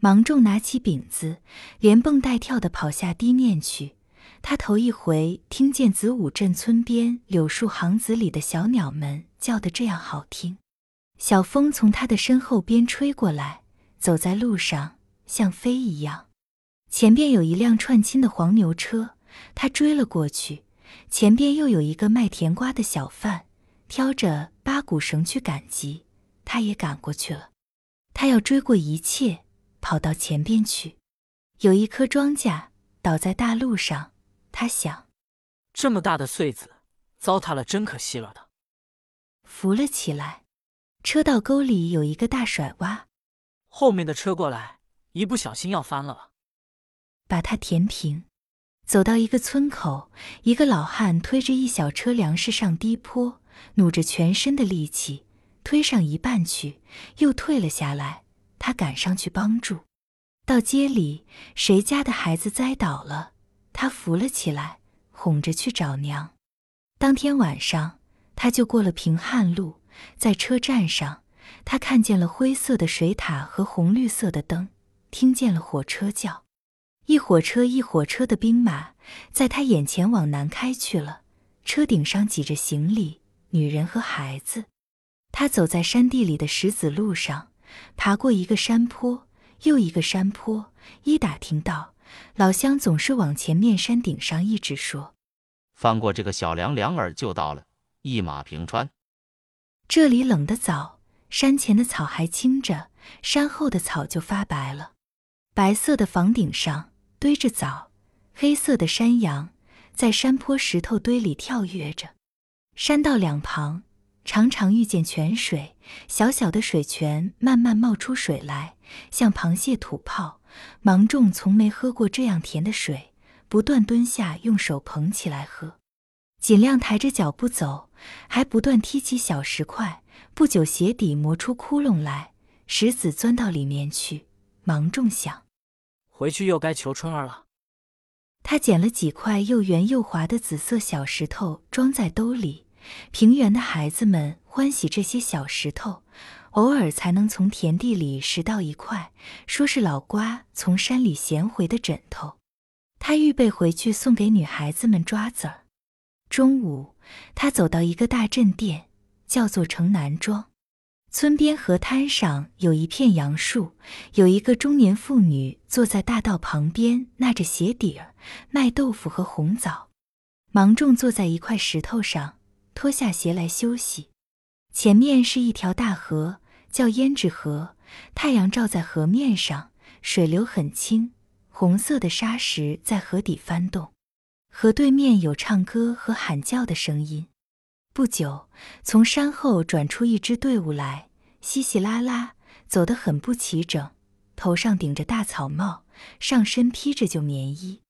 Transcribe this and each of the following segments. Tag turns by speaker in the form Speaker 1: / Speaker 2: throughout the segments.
Speaker 1: 芒种拿起饼子，连蹦带跳地跑下堤面去。他头一回听见子午镇村边柳树行子里的小鸟们叫得这样好听。小风从他的身后边吹过来，走在路上像飞一样。前边有一辆串亲的黄牛车，他追了过去。前边又有一个卖甜瓜的小贩，挑着八股绳去赶集，他也赶过去了。他要追过一切，跑到前边去。有一棵庄稼倒在大路上，他想，
Speaker 2: 这么大的穗子，糟蹋了真可惜了的。
Speaker 1: 扶了起来。车道沟里有一个大甩洼，
Speaker 2: 后面的车过来，一不小心要翻了。
Speaker 1: 把它填平。走到一个村口，一个老汉推着一小车粮食上低坡，努着全身的力气推上一半去，又退了下来。他赶上去帮助。到街里，谁家的孩子栽倒了，他扶了起来，哄着去找娘。当天晚上，他就过了平汉路，在车站上，他看见了灰色的水塔和红绿色的灯，听见了火车叫。一火车一火车的兵马在他眼前往南开去了，车顶上挤着行李、女人和孩子。他走在山地里的石子路上，爬过一个山坡又一个山坡。伊打听到老乡总是往前面山顶上一直说
Speaker 3: 翻过这个小梁梁儿就到了，一马平川。：“
Speaker 1: 这里冷得早，山前的草还青着，山后的草就发白了。白色的房顶上堆着枣，黑色的山羊在山坡石头堆里跳跃着。山道两旁常常遇见泉水，小小的水泉慢慢冒出水来，像螃蟹吐泡。芒种从没喝过这样甜的水，不断蹲下用手捧起来喝，尽量抬着脚步走，还不断踢起小石块。不久，鞋底磨出窟窿来，石子钻到里面去。芒种想。
Speaker 2: 回去又该求春儿了。
Speaker 1: 他捡了几块又圆又滑的紫色小石头，装在兜里。平原的孩子们欢喜这些小石头，偶尔才能从田地里拾到一块，说是老瓜从山里衔回的枕头。他预备回去送给女孩子们抓子儿。中午，他走到一个大镇店，叫做城南庄。村边河滩上有一片杨树，有一个中年妇女坐在大道旁边，纳着鞋底儿卖豆腐和红枣。芒种坐在一块石头上，脱下鞋来休息。前面是一条大河，叫胭脂河。太阳照在河面上，水流很清，红色的沙石在河底翻动。河对面有唱歌和喊叫的声音。不久，从山后转出一支队伍来，稀稀拉拉，走得很不齐整，头上顶着大草帽，上身披着旧棉衣。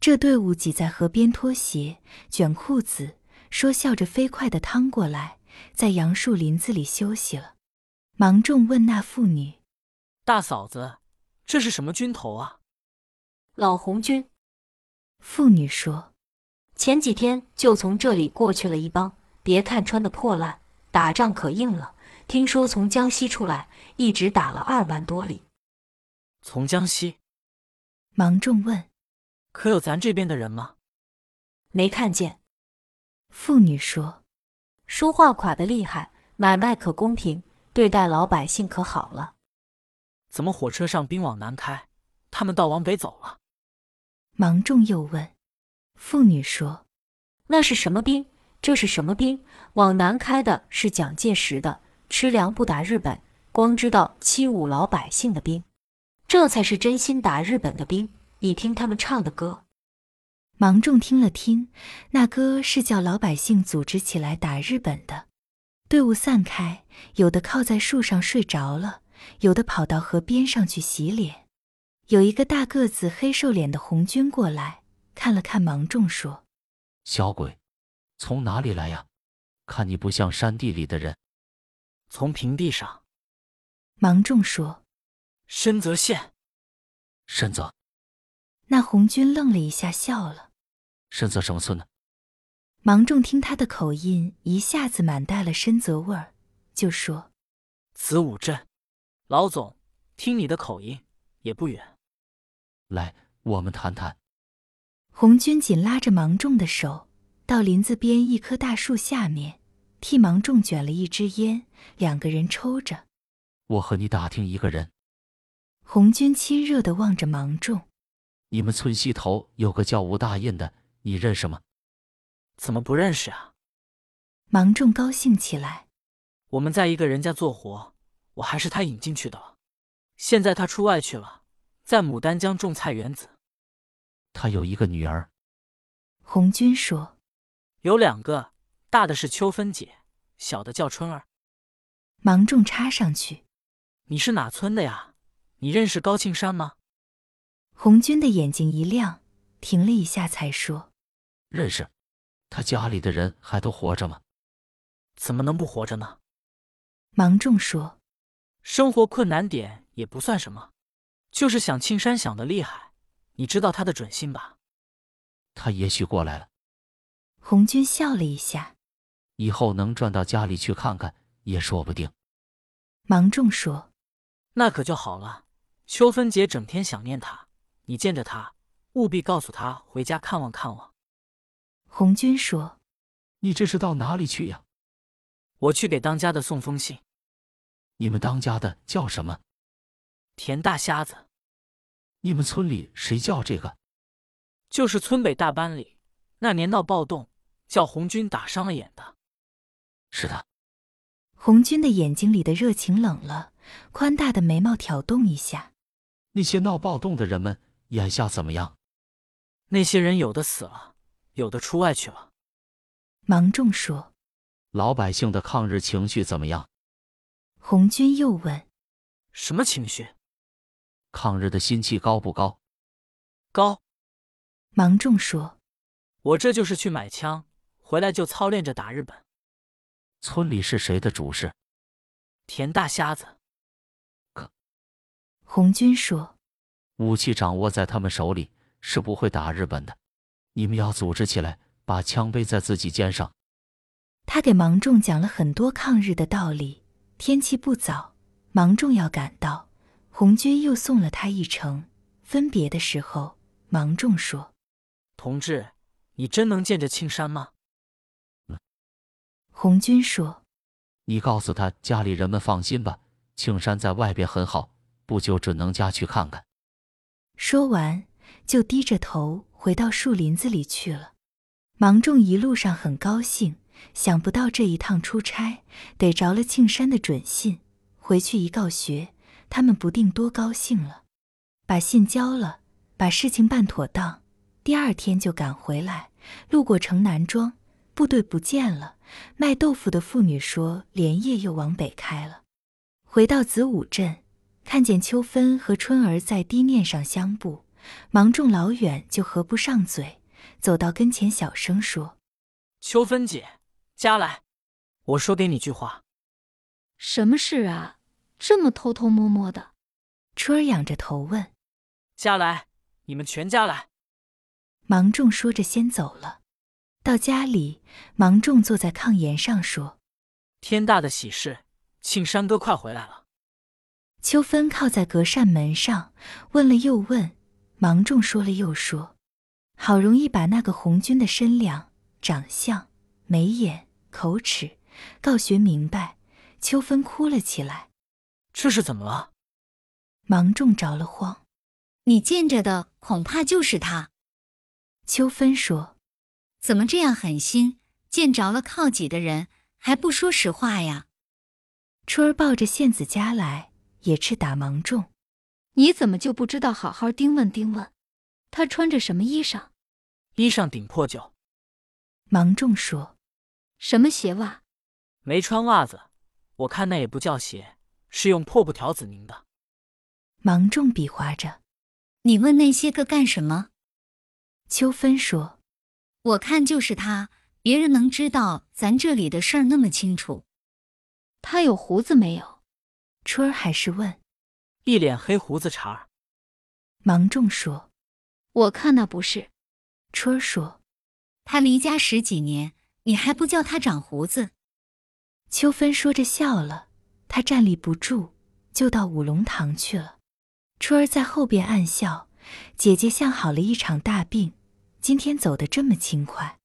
Speaker 1: 这队伍挤在河边脱鞋、卷裤子，说笑着飞快地趟过来，在杨树林子里休息了。芒种问那妇女
Speaker 2: 大嫂子，这是什么军头啊？
Speaker 4: 老红军，：“
Speaker 1: 妇女说，
Speaker 4: 前几天就从这里过去了一帮，别看穿的破烂，打仗可硬了。听说从江西出来，一直打了二万多里。
Speaker 2: 从江西，
Speaker 1: 芒种问，
Speaker 2: 可有咱这边的人吗？
Speaker 4: 没看见，
Speaker 1: 妇女说，
Speaker 4: 说话垮得厉害，买卖可公平，对待老百姓可好了。
Speaker 2: 怎么火车上兵往南开，他们倒往北走了？
Speaker 1: 芒种又问，妇女说，
Speaker 4: 那是什么兵？这是什么兵？往南开的是蒋介石的，吃粮不打日本，光知道欺侮老百姓的兵，这才是真心打日本的兵。你听他们唱的歌，
Speaker 1: 芒种听了听，那歌是叫老百姓组织起来打日本的。队伍散开，有的靠在树上睡着了，有的跑到河边上去洗脸。有一个大个子、黑瘦脸的红军过来，看了看芒种，说
Speaker 3: 小鬼，从哪里来呀？看你不像山地里的人。
Speaker 2: 从平地上，：“
Speaker 1: 芒种说。
Speaker 2: 深泽县。
Speaker 3: 深泽，”
Speaker 1: 那红军愣了一下，笑了。
Speaker 3: 深泽什么村呢？
Speaker 1: 芒种听他的口音，一下子满带了深泽味儿，就说
Speaker 2: 子午镇，老总，听你的口音，也不远。
Speaker 3: 来，我们谈谈。
Speaker 1: 红军紧拉着芒种的手，到林子边一棵大树下面，替芒种卷了一支烟，两个人抽着。
Speaker 3: 我和你打听一个人，
Speaker 1: 红军亲热地望着芒种，
Speaker 3: 你们村西头有个叫吴大印的，你认识吗？
Speaker 2: 怎么不认识啊？
Speaker 1: 芒种高兴起来。
Speaker 2: 我们在一个人家做活，我还是他引进去的。现在他出外去了，在牡丹江种菜园子，
Speaker 3: 他有一个女儿，
Speaker 1: 红军说
Speaker 2: 有两个，大的是秋芬姐，小的叫春儿。：“
Speaker 1: 芒种插上去。”
Speaker 2: 你是哪村的呀？你认识高庆山吗？
Speaker 1: 红军的眼睛一亮，停了一下，才说
Speaker 3: 认识。他家里的人还都活着吗？
Speaker 2: 怎么能不活着呢？：“
Speaker 1: 芒种说，
Speaker 2: 生活困难点也不算什么，就是想庆山想的厉害。你知道他的准心吧？
Speaker 3: 他也许过来了，
Speaker 1: 红军笑了一下。
Speaker 3: 以后能转到家里去看看也说不定。
Speaker 1: 芒种说，
Speaker 2: 那可就好了。秋芬姐整天想念他，你见着他务必告诉他回家看望看望。
Speaker 1: 红军说，
Speaker 3: 你这是到哪里去呀？
Speaker 2: 我去给当家的送封信。
Speaker 3: 你们当家的叫什么？
Speaker 2: 田大瞎子
Speaker 3: 你们村里谁叫这个？
Speaker 2: 就是村北大班里那年闹暴动，叫红军打伤了眼的。
Speaker 3: 是他，
Speaker 1: 红军的眼睛里的热情冷了，宽大的眉毛挑动一下。
Speaker 3: 那些闹暴动的人们眼下怎么样？
Speaker 2: 那些人有的死了，有的出外去了。
Speaker 1: 芒种说，
Speaker 3: 老百姓的抗日情绪怎么样？
Speaker 1: 红军又问，
Speaker 2: 什么情绪？
Speaker 3: 抗日的心气高不高？
Speaker 2: 高，
Speaker 1: 芒种说，
Speaker 2: 我这就是去买枪，回来就操练着打日本。
Speaker 3: 村里是谁的主事？
Speaker 2: 田大瞎子，
Speaker 1: 红军说，
Speaker 3: 武器掌握在他们手里，是不会打日本的。你们要组织起来，把枪背在自己肩上。
Speaker 1: 他给芒种讲了很多抗日的道理。天气不早，芒种要赶到，红军又送了他一程。分别的时候，芒种说。
Speaker 2: 同志，你真能见着庆山吗？
Speaker 1: 红军说
Speaker 3: 你告诉他家里人们放心吧，庆山在外边很好，不久准能家去看看。：“
Speaker 1: 说完，就低着头回到树林子里去了。”芒种一路上很高兴，想不到这一趟出差逮着了庆山的准信，回去一告学，他们不定多高兴了。把信交了，把事情办妥当，第二天就赶回来。路过城南庄，部队不见了。卖豆腐的妇女说，连夜又往北开了。回到子午镇，看见秋芬和春儿在堤面上相步，芒种老远就合不上嘴，走到跟前小声说
Speaker 2: 秋芬姐，家来，我说给你句话。
Speaker 5: 什么事啊？这么偷偷摸摸的，：“
Speaker 1: 春儿仰着头问。
Speaker 2: 家来，你们全家来。”
Speaker 1: 芒种说着先走了。到家里，芒种坐在炕沿上说
Speaker 2: 天大的喜事，庆山哥快回来了。：“
Speaker 1: 秋芬靠在隔扇门上，问了又问。”芒种说了又说，好容易把那个红军的身量、长相、眉眼、口齿告学明白。秋芬哭了起来，
Speaker 2: 这是怎么了？
Speaker 1: 芒种着了慌。
Speaker 5: 你见着的恐怕就是他。
Speaker 1: 秋芬说。
Speaker 5: 怎么这样狠心？见着了靠己的人还不说实话呀？
Speaker 1: 春儿抱着献子家来，也是打芒种。
Speaker 6: 你怎么就不知道好好盯问盯问？他穿着什么衣裳？
Speaker 2: 衣裳顶破旧，
Speaker 1: 芒种说
Speaker 6: 什么鞋袜？
Speaker 2: 没穿袜子，我看那也不叫鞋，是用破布条子拧的。：“
Speaker 1: 芒种比划着。
Speaker 5: 你问那些个干什么？”
Speaker 1: 秋芬说
Speaker 5: 我看就是他，别人能知道咱这里的事儿那么清楚。
Speaker 6: 他有胡子没有？：“
Speaker 1: 春儿还是问。
Speaker 2: 一脸黑胡子茬儿，”
Speaker 1: 芒种说
Speaker 6: 我看那不是。：“
Speaker 1: 春儿说。
Speaker 5: 他离家十几年，你还不叫他长胡子？”
Speaker 1: 秋芬说着笑了，她站立不住，就到五龙堂去了。春儿在后边暗笑，姐姐像好了一场大病，今天走得这么轻快。